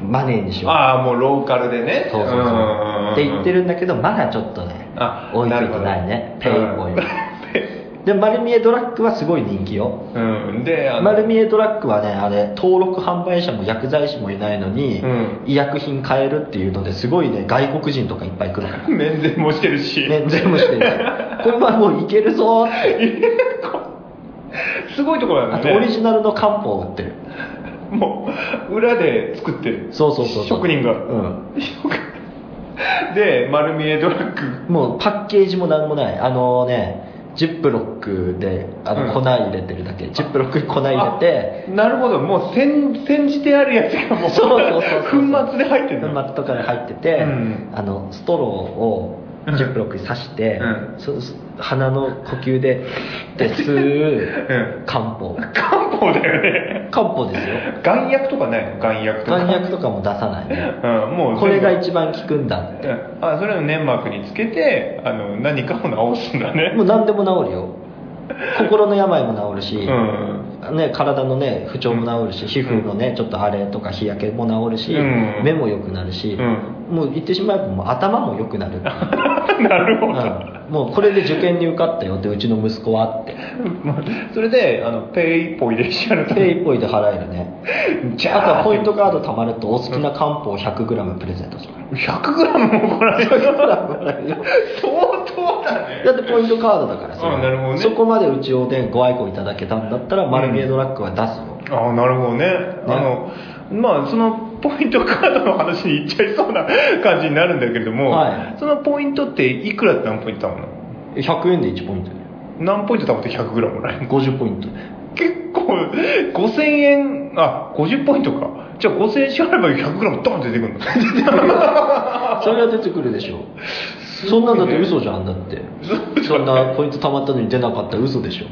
Speaker 2: マネーにしよう
Speaker 1: ああ、もうローカルでね。
Speaker 2: そうそうそうって言ってるんだけどまだちょっとね
Speaker 1: あ
Speaker 2: 追いついてないねペイ
Speaker 1: な
Speaker 2: ボ
Speaker 1: るほど
Speaker 2: ーイもで丸見えドラッグはすごい人気よ
Speaker 1: る。うん。で、あの、
Speaker 2: 丸見えドラッグはねあれ登録販売者も薬剤師もいないのに、
Speaker 1: うん
Speaker 2: 医薬品買えるっていうのですごいね外国人とかいっぱい来るから
Speaker 1: 面前もしてるし。
Speaker 2: ね全部 してるこれはもういけるぞーって
Speaker 1: すごいところ
Speaker 2: あ
Speaker 1: だ
Speaker 2: とオリ
Speaker 1: ね。
Speaker 2: ジナルの漢方を売ってる
Speaker 1: もう、裏で作ってる。
Speaker 2: そうそうそうそう
Speaker 1: 職人が
Speaker 2: うん
Speaker 1: で、丸見えドラッグ。
Speaker 2: もうパッケージもなんもないあのねジップロックであ
Speaker 1: うん
Speaker 2: の粉入れてるだけ、ジップロックに粉入れて
Speaker 1: なるほど、もう煎、煎じてあるやつがもう、
Speaker 2: そうそうそうそう
Speaker 1: 粉末で入ってる
Speaker 2: 粉末とかで入ってて、
Speaker 1: うん
Speaker 2: あのストローを
Speaker 1: うん
Speaker 2: ジップロックに刺して、
Speaker 1: う
Speaker 2: そそ鼻の呼吸 でで吸う
Speaker 1: うん。
Speaker 2: 漢方
Speaker 1: 漢方だよね。
Speaker 2: 漢方ですよ
Speaker 1: 眼薬とかないの眼薬とか。
Speaker 2: 眼薬とかも出さないね
Speaker 1: うん、もう
Speaker 2: これが
Speaker 1: 全部
Speaker 2: 一番効くんだ
Speaker 1: うんあそれを粘膜につけてあの何かを治すんだね
Speaker 2: もう何でも治るよ心の病も治るし、
Speaker 1: うん
Speaker 2: ね、体の、ね、不調も治るし、皮膚の、ね、ちょっと荒れとか日焼けも治るし、
Speaker 1: うん
Speaker 2: 目も良くなるし、
Speaker 1: う
Speaker 2: もう言ってしまえばもう頭も良くなるっていう
Speaker 1: なるほ
Speaker 2: う
Speaker 1: ど、
Speaker 2: んもうこれで受験に受かったよってうちの息子はって
Speaker 1: まあそれであのペイポイでしちゃうと
Speaker 2: ペイポイで払えるね
Speaker 1: じ
Speaker 2: あと
Speaker 1: ゃあ
Speaker 2: はポイントカード貯まるとお好きな漢方 100g プレゼントする
Speaker 1: 100g もこれ相当だね
Speaker 2: だってポイントカードだからさ
Speaker 1: あなるほどね
Speaker 2: そこまでうちをねご愛顧いただけたんだったら丸見えドラッグは出すよ、
Speaker 1: ああなるほどねあのまあそのポイントカードの話にいっちゃいそうな感じになるんだけれども、
Speaker 2: はい
Speaker 1: そのポイントっていくらって何ポイントたの
Speaker 2: 100円で1ポイントね
Speaker 1: 何ポイントたまって 100g ぐらい
Speaker 2: 50ポイント
Speaker 1: 結構、5000円、あ、50ポイントか。じゃあ5000円支払えば 100g ドンって出てくるんだ。
Speaker 2: それが出てくるでしょそんなんだって嘘じゃんだって そんなポイント貯まったのに出なかったら嘘でし ょ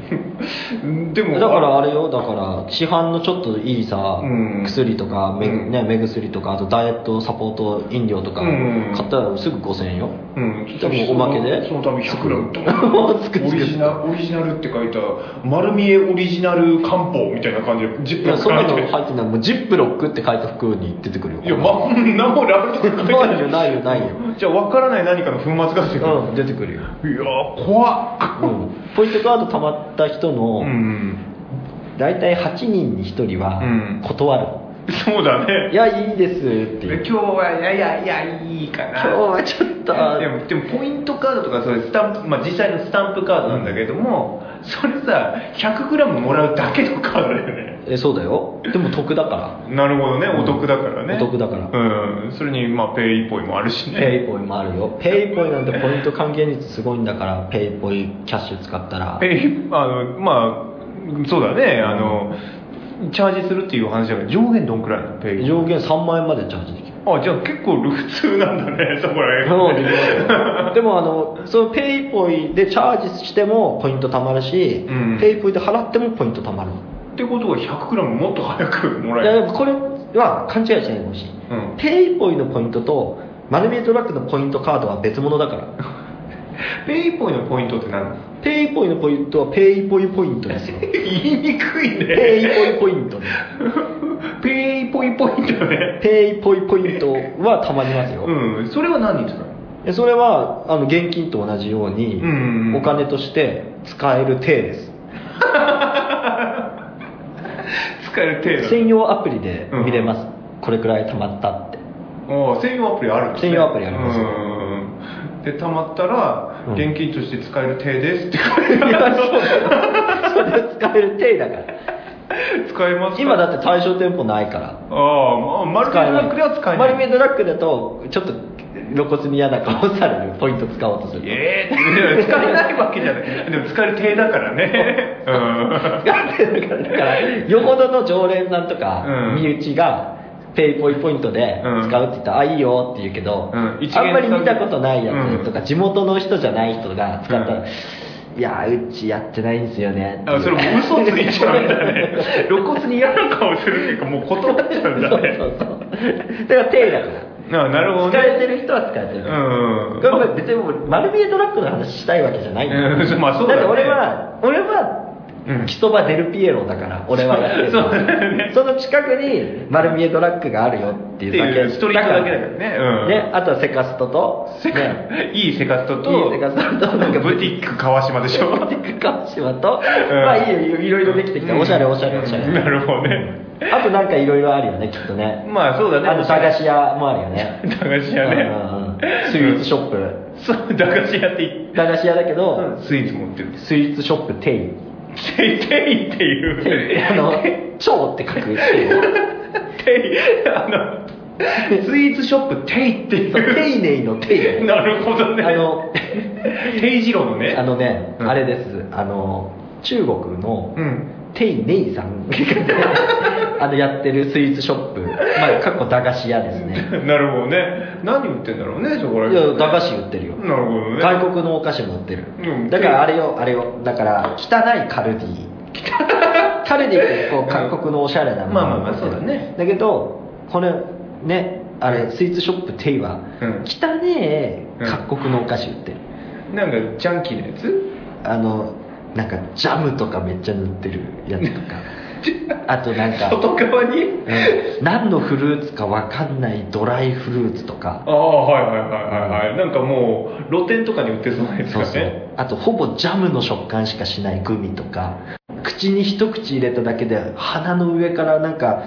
Speaker 1: でも、
Speaker 2: だからあれよだから市販のちょっといいさ、
Speaker 1: うん
Speaker 2: 薬とか目,、
Speaker 1: うん
Speaker 2: ね、目薬とかあとダイエットサポート飲料とか
Speaker 1: うん
Speaker 2: 買ったらすぐ5000円よ、
Speaker 1: うん、
Speaker 2: でもおまけで
Speaker 1: そのた め 100g
Speaker 2: も
Speaker 1: ド
Speaker 2: う
Speaker 1: ン。
Speaker 2: つくつく
Speaker 1: オリジナル、オリジナルって書いた、丸見えオリジナル漢方みたいな感じで、ジッ
Speaker 2: い
Speaker 1: プロ
Speaker 2: や
Speaker 1: ック
Speaker 2: そんなの
Speaker 1: 書いて。
Speaker 2: 入ってないもうジップロックって書いた服に出てくるよ
Speaker 1: いや、ま、何もラベルとか書
Speaker 2: な
Speaker 1: いて
Speaker 2: いよないよないよ、
Speaker 1: じゃあ分からない何かの粉末が出てくる。
Speaker 2: うん、出てくるよ、
Speaker 1: いやー、怖っ。
Speaker 2: うん、ポイントカード貯まった人
Speaker 1: う
Speaker 2: の
Speaker 1: ん。
Speaker 2: 大体8人に1人は
Speaker 1: うん
Speaker 2: 断る、
Speaker 1: そうだね
Speaker 2: い。やいいですって言
Speaker 1: 今
Speaker 2: う
Speaker 1: 日は、いやいやいや、いいかな。
Speaker 2: 今日はちょっと
Speaker 1: でもでもポイントカードとかそういうスタンプ、まあ、実際のスタンプカードなんだけども、それさ 100g もらうだけのカードだよね
Speaker 2: えそうだよでも得だから
Speaker 1: なるほどねお得だからね、
Speaker 2: お得だから
Speaker 1: うんそれにまあペイポイもあるしね
Speaker 2: ペイポイもあるよ。ペイポイなんてポイント還元率すごいんだから、ペイポイキャッシュ使ったら。
Speaker 1: ペイあのまあそうだねあのチャージするっていう話だから上限どんくらいなのペイ
Speaker 2: 上限3万円までチャージ できる。
Speaker 1: あじゃあ結構ルーツなんだねそこら
Speaker 2: そ
Speaker 1: 辺
Speaker 2: うできますよでもあの、そのペイポイでチャージしてもポイント貯まるし、
Speaker 1: うん
Speaker 2: ペイポイで払ってもポイント貯まる。
Speaker 1: ってことは 100g もっと早くも
Speaker 2: い
Speaker 1: ら
Speaker 2: や
Speaker 1: え
Speaker 2: で
Speaker 1: る
Speaker 2: もこれは勘違いしないでほしい。
Speaker 1: うん
Speaker 2: ペイポイのポイントと、マルメイドラックのポイントカードは別物だ から。
Speaker 1: ペイポイのポイントって何
Speaker 2: ペイポイのポイントはペイポイポイントですよ。
Speaker 1: 言いにくいね
Speaker 2: ペイポイポイントです。
Speaker 1: ペイポイポイントね。
Speaker 2: ペイポイポイントは貯まりますよ。
Speaker 1: うん、それは何に使うの
Speaker 2: でそれはあの現金と同じように、
Speaker 1: うんうんうん
Speaker 2: お金として使える手です
Speaker 1: 使える程度。
Speaker 2: 専用アプリで見れます、これくらい貯まったって
Speaker 1: おう専用アプリあるんですね
Speaker 2: 専用アプリあります
Speaker 1: うんうんうんで、たまったら、
Speaker 2: うん
Speaker 1: 現金として使える手ですって書いて
Speaker 2: いや
Speaker 1: ある
Speaker 2: そうそれは使える手だから
Speaker 1: 使えますか
Speaker 2: 今
Speaker 1: あ
Speaker 2: だって対象店舗ないから
Speaker 1: あ、まあ、マル
Speaker 2: 使え
Speaker 1: メ
Speaker 2: な
Speaker 1: イ
Speaker 2: い
Speaker 1: ドでは使え
Speaker 2: マ
Speaker 1: ない。
Speaker 2: ルメイドラックだとちょっと露骨に嫌な顔されるポイント使おうとすると
Speaker 1: ええー、使えないわけじゃない。でも使える手だからね。うん。
Speaker 2: だからよほどの常連さんとか
Speaker 1: うん
Speaker 2: 身内がペイポイポイントで
Speaker 1: うん
Speaker 2: 使うって言ったら、あいいよって言うけど、
Speaker 1: うん一元
Speaker 2: あんまり見たことないやつとか、
Speaker 1: う
Speaker 2: 地元の人じゃない人が使ったら、
Speaker 1: うん
Speaker 2: いやーうちやってないんですよね
Speaker 1: あそれもう嘘ついちゃうん だね。露骨に嫌な顔するっていうか、もう断っちゃうんだね。
Speaker 2: そうそうそうだから手だから
Speaker 1: あなるほど
Speaker 2: 疲
Speaker 1: ね
Speaker 2: れてる人は疲れてる。
Speaker 1: うん
Speaker 2: これ別にもう丸見えドラッグの話したいわけじゃないんだよ
Speaker 1: うん まあそうだ
Speaker 2: っ
Speaker 1: ね
Speaker 2: て俺は、俺は、
Speaker 1: うん
Speaker 2: キソバデルピエロだから、俺はやってる
Speaker 1: そうそうだね
Speaker 2: その近くに丸見えドラッグがあるよっていうだ
Speaker 1: ってい
Speaker 2: け。
Speaker 1: うストリートだけだからねうん
Speaker 2: ねあとはセカストと、ね、
Speaker 1: いいセカストと
Speaker 2: いいセカストとなんか
Speaker 1: ブティック川島でしょ
Speaker 2: ティック川島と、まあいいよ、いろいろできてきた。おしゃれおしゃれおしゃれ。
Speaker 1: なるほどね
Speaker 2: あとなんかいろいろあるよね、きっとね。
Speaker 1: まあそうだね
Speaker 2: あと駄菓子屋もあるよね。
Speaker 1: 駄菓子屋
Speaker 2: うんうんうん
Speaker 1: ね
Speaker 2: スイーツシ
Speaker 1: ョ
Speaker 2: ョップ。
Speaker 1: そう駄菓子屋って
Speaker 2: 駄菓子屋だけど、
Speaker 1: スイーツ持ってる
Speaker 2: スイーツショップテイ。
Speaker 1: テイテイって
Speaker 2: テイ
Speaker 1: いう
Speaker 2: あの、超って書くっていう。
Speaker 1: テイあのスイーツショップテイって
Speaker 2: そう
Speaker 1: いう
Speaker 2: 丁寧の丁寧。
Speaker 1: なるほどね
Speaker 2: あの、
Speaker 1: テイジローのね
Speaker 2: あのね、
Speaker 1: うん
Speaker 2: あれです。あの、中国の
Speaker 1: うん
Speaker 2: テイネイさん があのやってるスイーツショップ。まあ、過去駄菓子屋ですね。
Speaker 1: なるほどね何売ってんだろうねそこら
Speaker 2: いや、
Speaker 1: 辺
Speaker 2: 駄菓子売ってるよ。
Speaker 1: なるほどね
Speaker 2: 外国のお菓子も売ってる、
Speaker 1: うん
Speaker 2: だからあれよあれよだから汚いカルデ ィカルディってこう各国のおしゃれなもの
Speaker 1: まあまあまあそうだね
Speaker 2: だけどこれねあれスイーツショップテイは、
Speaker 1: うん
Speaker 2: 汚ねえ各国のお菓子売ってる、
Speaker 1: なんかジャンキーなやつ
Speaker 2: あのなんかジャムとかめっちゃ塗ってるやつとか あとなんか、
Speaker 1: 外側に
Speaker 2: うん何のフルーツかわかんないドライフルーツとか
Speaker 1: ああはいはいはいはいはいなんかもう露店とかに売ってそうなやつ
Speaker 2: そう
Speaker 1: が
Speaker 2: そう
Speaker 1: ね
Speaker 2: あとほぼジャムの食感しかしないグミとか口に一口入れただけで鼻の上からなんか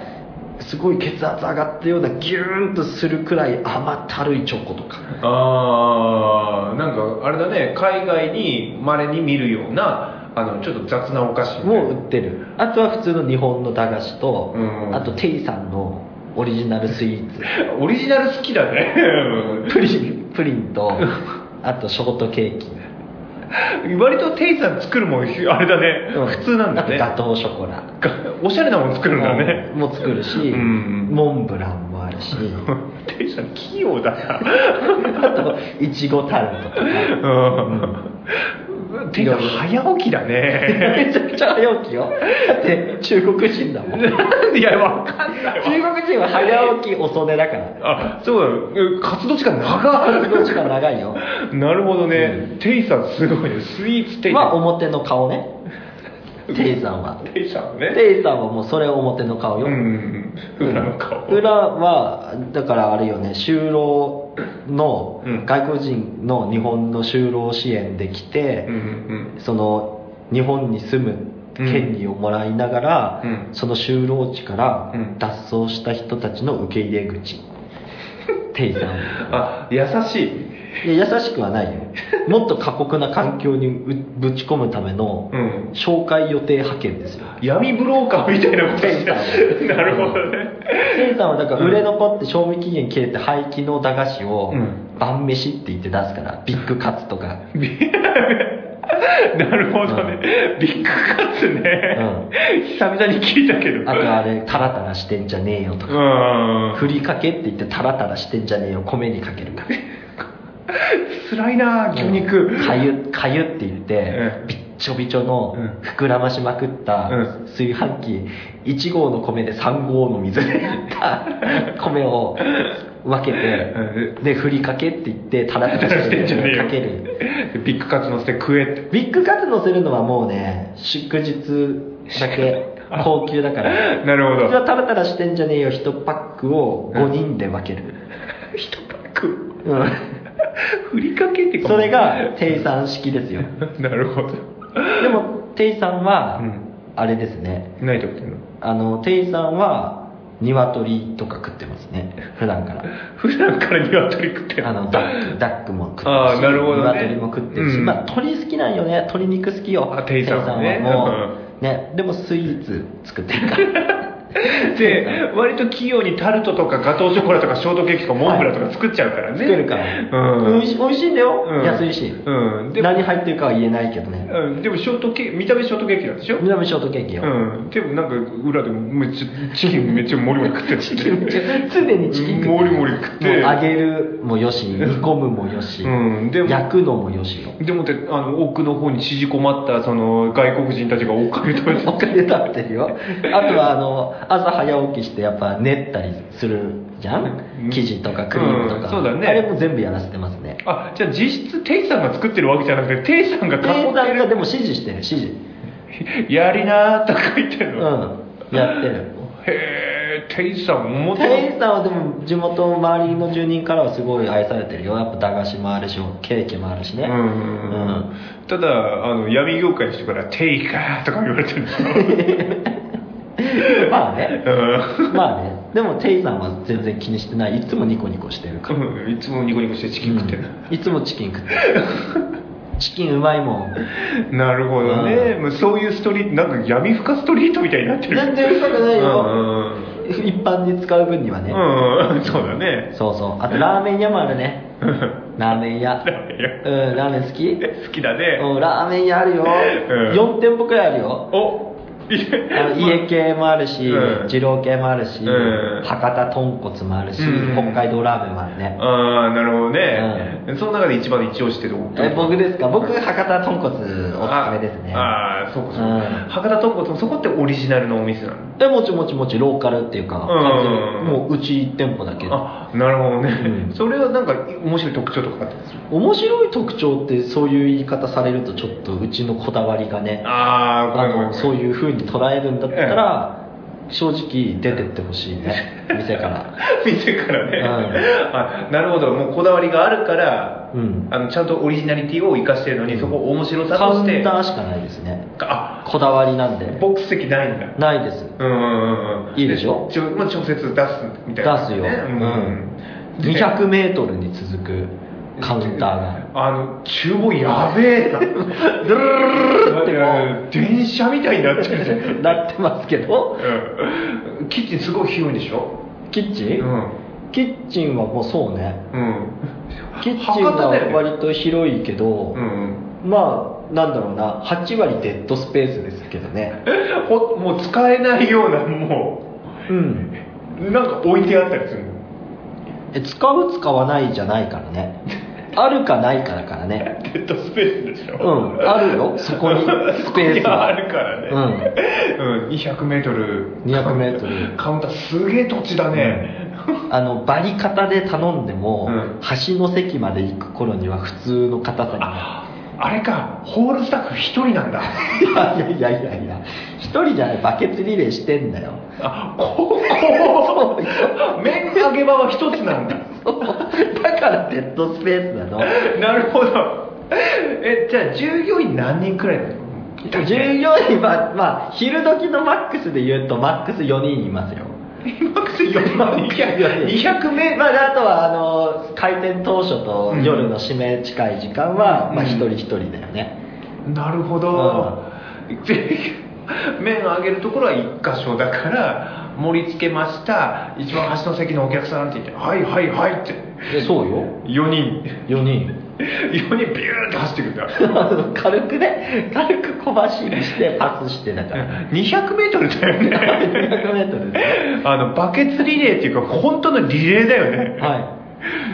Speaker 2: すごい血圧上がったようなギューンとするくらい甘ったるいチョコとか
Speaker 1: ああなんかあれだね海外にまれに見るようなあのちょっと雑なお菓子
Speaker 2: も売ってるあとは普通の日本の駄菓子と
Speaker 1: うん
Speaker 2: あとテイさんのオリジナルスイーツ
Speaker 1: オリジナル好きだね
Speaker 2: プリンプリンとあとショートケーキ
Speaker 1: うん割とテイさん作るもんあれだね普通なんだね
Speaker 2: あとガトーショコラ
Speaker 1: おしゃれなもん作るんだね
Speaker 2: も作るし、
Speaker 1: ん
Speaker 2: モンブランもあるし
Speaker 1: テイさん器用だな
Speaker 2: あといちごタルトとか
Speaker 1: うんてか早起きだね
Speaker 2: めちゃくちゃ早起きよだって中国人だもん中
Speaker 1: いやわかんないわ
Speaker 2: 国人は早起き遅寝だから
Speaker 1: あそうだよ活動時間長
Speaker 2: 中国時間長いよ
Speaker 1: いなるほどね、テイさんすごいねスイーツテイ
Speaker 2: まあ
Speaker 1: さん
Speaker 2: 表の顔ねテイさんは
Speaker 1: テイさんね
Speaker 2: テイさんはもうそれ表の顔よ、
Speaker 1: うん裏の顔
Speaker 2: 裏はだからあれよね就労の
Speaker 1: うん
Speaker 2: 外国人の日本の就労支援できて
Speaker 1: うん、うん
Speaker 2: その日本に住む権利をもらいながら、
Speaker 1: うん
Speaker 2: その就労地から
Speaker 1: うん
Speaker 2: 脱走した人たちの受け入れ 口、テイさん
Speaker 1: あ優しい
Speaker 2: いや優しくはないよもっと過酷な環境にうぶち込むための
Speaker 1: うん
Speaker 2: 紹介予定派遣ですよ
Speaker 1: 闇ブローカーみたいなことして
Speaker 2: テイさん
Speaker 1: なるほどね
Speaker 2: テイさんはだから売れ残って賞味期限切れて廃棄の駄菓子を
Speaker 1: うん
Speaker 2: 晩飯って言って出すからビッグカツとか
Speaker 1: なるほどね、ビッグカツね、久々に聞いたけど
Speaker 2: あとあれタラタラしてんじゃねえよとか
Speaker 1: うん
Speaker 2: ふりかけって言ってタラタラしてんじゃねえよ米にかけるから
Speaker 1: 辛いな牛肉、
Speaker 2: かゆかゆって言って
Speaker 1: う
Speaker 2: びっちょびちょの
Speaker 1: うん
Speaker 2: 膨らましまくった
Speaker 1: う
Speaker 2: 炊飯器1合の米で3合の水でいった 米を分けてでふりかけって言ってタラタラ してかける
Speaker 1: ビッグカツ乗せて食えって
Speaker 2: ビッグカツ乗せるのはもうね祝日だけ高級だから
Speaker 1: なる
Speaker 2: こ
Speaker 1: ほ
Speaker 2: っちは
Speaker 1: ど
Speaker 2: タラタラしてんじゃねえよ1パックを5人で分ける、
Speaker 1: 一パック
Speaker 2: うん、
Speaker 1: ふりかけってか
Speaker 2: それが定産式ですよ
Speaker 1: なるほど
Speaker 2: でも、テイさんは
Speaker 1: うん、
Speaker 2: あれですね、
Speaker 1: 何食ってんの
Speaker 2: あの、テイさんは、鶏とか食ってますね、普段から。
Speaker 1: 普段から鶏食ってる
Speaker 2: あの、ダック、ダックも食ってるし、
Speaker 1: あーなるほどね
Speaker 2: 鶏も食ってるし、
Speaker 1: うん
Speaker 2: まあ、鶏好きなんよね、鶏肉好きよ。
Speaker 1: あテイさんはね
Speaker 2: テイさんはもう、ね、でもスイーツ作って るから。
Speaker 1: で割と器用にタルトとかガトーショコラとかショートケーキとかモンブランとか作っちゃうからね、
Speaker 2: 作るから。
Speaker 1: うん
Speaker 2: 美味し美味しいんだよ、
Speaker 1: うん
Speaker 2: 安いし。
Speaker 1: うんでも
Speaker 2: 何入ってるかは言えないけどね。
Speaker 1: うんでもショートケーキ見た目ショートケーキなんでしょ
Speaker 2: 南ショートケーキよ。
Speaker 1: うん、でもなんか裏でもめっちゃチキンめっちゃモリモリ食ってるし、ね、
Speaker 2: 常にチキン食ってる
Speaker 1: もりもり食って
Speaker 2: もう揚げるもよし煮込むもよし、
Speaker 1: うんでも
Speaker 2: 焼くのもよしよ
Speaker 1: でもってあの奥の方に縮こまったその外国人たちがお金食べて
Speaker 2: お金食べてるよあとはあの朝早起きしてやっぱ練ったりするじゃ
Speaker 1: うん
Speaker 2: ん生地とかクリームとか、
Speaker 1: うんそうだね
Speaker 2: あれも全部やらせてますね
Speaker 1: あじゃあ実質テイさんが作ってるわけじゃなくてテイさんが囲
Speaker 2: 店員
Speaker 1: っ
Speaker 2: さ
Speaker 1: て
Speaker 2: んが
Speaker 1: る
Speaker 2: でも指示してる指示
Speaker 1: やりなーとか言って
Speaker 2: う
Speaker 1: る
Speaker 2: ん
Speaker 1: の、
Speaker 2: やってる
Speaker 1: へえテイさん表
Speaker 2: 店員さんはでも地元周りの住人からはすごい愛されてるよやっぱ駄菓子もあるしケーキもあるしね、
Speaker 1: うんうんうんただあの闇業界の人から「テイか」とか言われてるんですよ、
Speaker 2: まあね
Speaker 1: う
Speaker 2: まあねでもテイさんは全然気にしてないいつもニコニコしてるから、
Speaker 1: ん、いつもニコニコしてチキン食ってる、
Speaker 2: うんいつもチキン食ってるチキンうまい もん
Speaker 1: なるほどね
Speaker 2: う、
Speaker 1: もうそういうストリートなんか闇深ストリートみたいになってる
Speaker 2: 全然うまくな
Speaker 1: う
Speaker 2: い
Speaker 1: んう
Speaker 2: よ
Speaker 1: ん
Speaker 2: 一般に使う分にはね、
Speaker 1: うんうんそうだね
Speaker 2: そうそうあとラーメン屋もあるね ラーメン屋
Speaker 1: ラーメン
Speaker 2: うんラーメン好 き
Speaker 1: 好きだね
Speaker 2: うんラーメン屋あるよ、
Speaker 1: うん
Speaker 2: 4店舗くらいあるよ
Speaker 1: おい
Speaker 2: あの家系もあるし、
Speaker 1: うん
Speaker 2: 二郎系もあるし、
Speaker 1: うん
Speaker 2: 博多豚骨もあるし、
Speaker 1: うん
Speaker 2: 北海道ラーメンもあるね、
Speaker 1: ああなるほどね、その中で一番一押しってどこ
Speaker 2: え僕ですか僕博多豚骨おすすめですね
Speaker 1: ああそうかそうか、
Speaker 2: うん
Speaker 1: 博多豚骨もそこってオリジナルのお店なの
Speaker 2: でもちもちもちローカルっていうか、完全に
Speaker 1: うん
Speaker 2: もううち1店舗だけ
Speaker 1: あなるほどね、
Speaker 2: うん
Speaker 1: それはなんか面白い特徴とかあったんですか
Speaker 2: 面白い特徴ってそういう言い方されるとちょっとうちのこだわりがね
Speaker 1: あ
Speaker 2: あのそう
Speaker 1: う
Speaker 2: いう風に捉えるんだったら、正直出てってほしい ね店から
Speaker 1: 店からね、
Speaker 2: う
Speaker 1: あなるほどもうこだわりがあるから
Speaker 2: うん
Speaker 1: あのちゃんとオリジナリティを生かしてるのにそこ面白さ
Speaker 2: カウ
Speaker 1: と
Speaker 2: ン
Speaker 1: して
Speaker 2: ターしかないですね
Speaker 1: あ
Speaker 2: こだわりなんで
Speaker 1: ボックス席ないんだ
Speaker 2: ないです
Speaker 1: うんうんうんうん
Speaker 2: いいでしょ
Speaker 1: ちょまあ直接出すみたいな、
Speaker 2: 出すよ
Speaker 1: ねうん
Speaker 2: 2 0 0ルに続くカウンター が
Speaker 1: あの厨房やべえな
Speaker 2: ドゥルルルルルってこ
Speaker 1: 電車みたいになってるじゃん、
Speaker 2: うなってますけど
Speaker 1: うん、キッチンすごい広いんでしょ
Speaker 2: キッチ
Speaker 1: う
Speaker 2: ン、
Speaker 1: ん
Speaker 2: キッチンはもうそうね
Speaker 1: うん
Speaker 2: キッチンは割と広いけど、
Speaker 1: うん
Speaker 2: まあなんだろうな8割デッドスペースですけどね
Speaker 1: ほもう使えないようなも
Speaker 2: うん
Speaker 1: うなんか置いてあったりするの
Speaker 2: え使う使わないじゃないからねあるかないかだからね
Speaker 1: デッドスペースでし
Speaker 2: う
Speaker 1: ょ
Speaker 2: んあるよそ こにスペース
Speaker 1: があ
Speaker 2: は
Speaker 1: るからね、
Speaker 2: うん
Speaker 1: うん、200m
Speaker 2: 200m
Speaker 1: カウンターすげえ土地だね、
Speaker 2: あのバリ方で頼んでも、
Speaker 1: うん
Speaker 2: 端の席まで行く頃には普通の硬さにな
Speaker 1: ああれかホールスタッフ1人なんだ
Speaker 2: るいやいやいやいや一人じゃないバケツリレーしてんだよ
Speaker 1: あここ面上げ場は一つなんだ
Speaker 2: だからデッドスペースなの
Speaker 1: なるほどえじゃあ従業員何人くらいなの
Speaker 2: 従業員は、まあ、昼時のマックスで言うとマックス4人いますよ
Speaker 1: マックス4万2 0 0名
Speaker 2: まあ、あとはあの開店当初と夜の締め近い時間は、
Speaker 1: うん
Speaker 2: まあ、一人一人だよね、
Speaker 1: なるほど、で麺を上げるところは1箇所だから盛り付けました一番端の席のお客さんって言って「はいはいはい」って
Speaker 2: えそうよ
Speaker 1: 4人
Speaker 2: 4人
Speaker 1: 4人ビューって走ってくんだ
Speaker 2: 軽くね軽く小走りしてパスしてだから
Speaker 1: 200m だよね
Speaker 2: 200m で
Speaker 1: あのバケツリレーっていうか本当のリレーだよね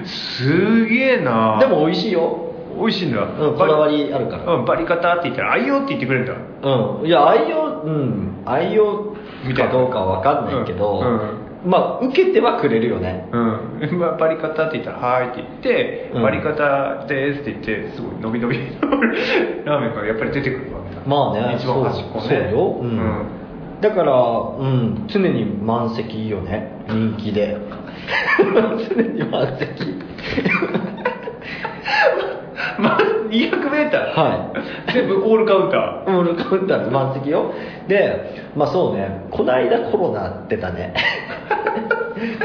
Speaker 2: すは
Speaker 1: すげえない
Speaker 2: でも美味しいよ、
Speaker 1: 美味しいんだ、
Speaker 2: うん、こ
Speaker 1: バリ
Speaker 2: だわりあるから
Speaker 1: うんバリカタって言ったら「あいよ」って言ってくれるんだ
Speaker 2: うんいや愛用うん愛用かどうかは分かんないけど、
Speaker 1: うん
Speaker 2: まあ受けてはくれるよね
Speaker 1: うん、まあバリカタって言ったら「はーい」って言って「
Speaker 2: うん
Speaker 1: バリカタです」って言ってすごい伸び伸 びラーメンからやっぱり出てくるわけだ
Speaker 2: まあね
Speaker 1: 一番端っこ
Speaker 2: そ
Speaker 1: ね
Speaker 2: うそうよ、うんだから、うん、常に満席よね人気 で常に満席
Speaker 1: まあ 200m、
Speaker 2: は
Speaker 1: 全部オールカウンター
Speaker 2: いもうカウンター満席よでまあそうねこないだコロナ出た ね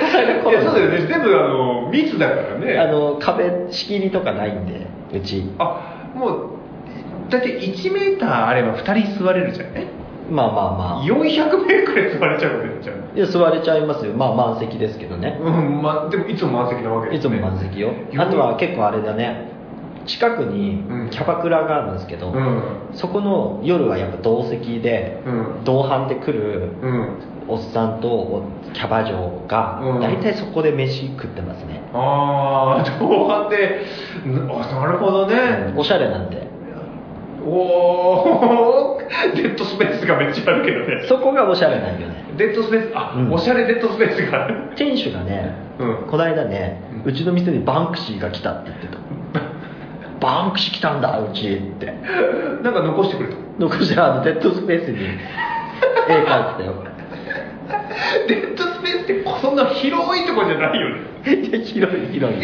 Speaker 2: こないだコ
Speaker 1: いや
Speaker 2: ロ
Speaker 1: そ
Speaker 2: ナ
Speaker 1: うだよね全部あの密だからね
Speaker 2: あの壁仕切りとかないんでうち
Speaker 1: あもうだって1メーターあれば2人座れるじゃんね
Speaker 2: まあまあまあ
Speaker 1: 400名くらい座れちゃうわけじゃん
Speaker 2: いや座れちゃいますよまあ満席ですけどね
Speaker 1: うんまあでもいつも満席なわけ
Speaker 2: い
Speaker 1: で
Speaker 2: つ
Speaker 1: す
Speaker 2: も
Speaker 1: ね
Speaker 2: 満席よ
Speaker 1: よ
Speaker 2: あとは結構あれだね近くに
Speaker 1: うん
Speaker 2: キャバクラがあるんですけど、
Speaker 1: うん
Speaker 2: そこの夜はやっぱ同席で
Speaker 1: うん
Speaker 2: 同伴で来る
Speaker 1: うん
Speaker 2: おっさんとキャバ嬢が
Speaker 1: うん
Speaker 2: 大体そこで飯食ってますね、
Speaker 1: ああ同伴でなあなるほどね、
Speaker 2: うんおしゃれなんで
Speaker 1: おおデッドスペースがめっちゃあるけどね
Speaker 2: そこがおしゃれなんよね
Speaker 1: デッドスペースあ、
Speaker 2: うん
Speaker 1: おしゃれデッドスペースがある
Speaker 2: 店主がね
Speaker 1: うん
Speaker 2: この間ね、
Speaker 1: う
Speaker 2: うちの店にバンクシーが来たって言ってたバンクシー来たんだうちって
Speaker 1: なんか残してくれた
Speaker 2: 残してあのデッドスペースに絵描いてたよ
Speaker 1: デッドスペースってそんな広いとこじゃないよね
Speaker 2: いや広い広い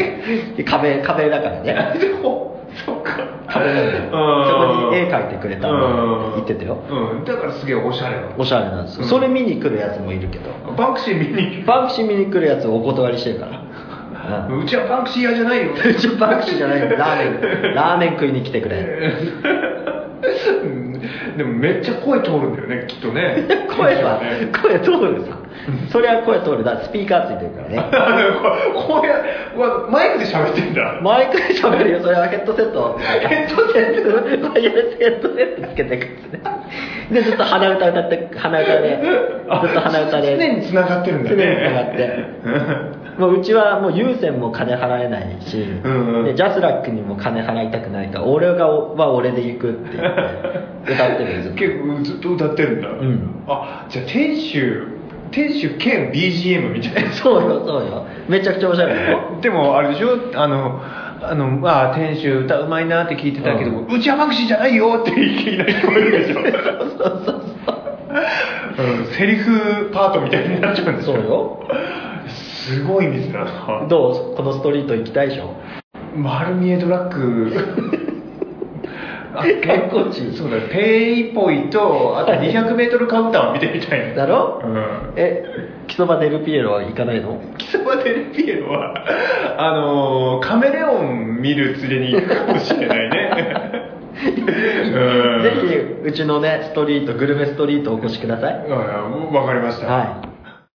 Speaker 2: で壁壁だからね
Speaker 1: でもそっか
Speaker 2: 壁なんだよ
Speaker 1: うん
Speaker 2: そこに絵描いてくれた
Speaker 1: うん
Speaker 2: の言ってたよ
Speaker 1: うんだからすげえおしゃれなの
Speaker 2: おしゃれなんですよ、
Speaker 1: うん
Speaker 2: それ見に来るやつもいるけど
Speaker 1: バンクシー見に
Speaker 2: バンクシー見に来るやつをお断りしてるから、 うん
Speaker 1: うちはバンクシー屋じゃないよ
Speaker 2: うちはバンクシーじゃないよラーメンラーメン食いに来てくれ
Speaker 1: うんでもめっちゃ声通るんだよねきっとね
Speaker 2: 声は
Speaker 1: ね
Speaker 2: 声通るさそりゃ声通るだってスピーカーついてるからね
Speaker 1: あのここうやうわマイクで喋ってんだ
Speaker 2: 毎回喋るよそれはヘッドセット
Speaker 1: ヘッ
Speaker 2: ドセットワイヤレスヘッドセットつけてくるねでずっと鼻歌歌って鼻歌でずっと鼻歌で
Speaker 1: 常に繋がってるんだね
Speaker 2: 常に繋がってもううちはもう有線も金払えないし、
Speaker 1: んうん
Speaker 2: でジャスラックにも金払いたくないから俺がは俺で行くって言って歌ってる んですよ
Speaker 1: 結構ずっと歌ってるんだ、
Speaker 2: ん
Speaker 1: あじゃあ店主店主兼 BGM みた いな
Speaker 2: そうよそうよめちゃくちゃおしゃれだよ
Speaker 1: でもあれでしょあのあのまあ店主歌うまいなって聞いてたけど、う
Speaker 2: う
Speaker 1: ちはバンクシーじゃないよっていきなり聞こえるでしょ
Speaker 2: そうそうそう
Speaker 1: うんセリフパートみたいになっちゃうんでしょ
Speaker 2: そうよ
Speaker 1: すごい店だな
Speaker 2: どうこのストリート行きたいでしょ
Speaker 1: 丸見えドラッグ あ
Speaker 2: 観光地
Speaker 1: そうだペイポイとあと 200m カウンターを見てみたいな
Speaker 2: だろ
Speaker 1: うん
Speaker 2: えキソバデルピエロは行かないの
Speaker 1: キサバデルピエロはあのーカメレオン見るついでに行くかもしれない ねうん
Speaker 2: ぜひうちのねストリートグルメストリートお越しください
Speaker 1: うんわかりました
Speaker 2: はい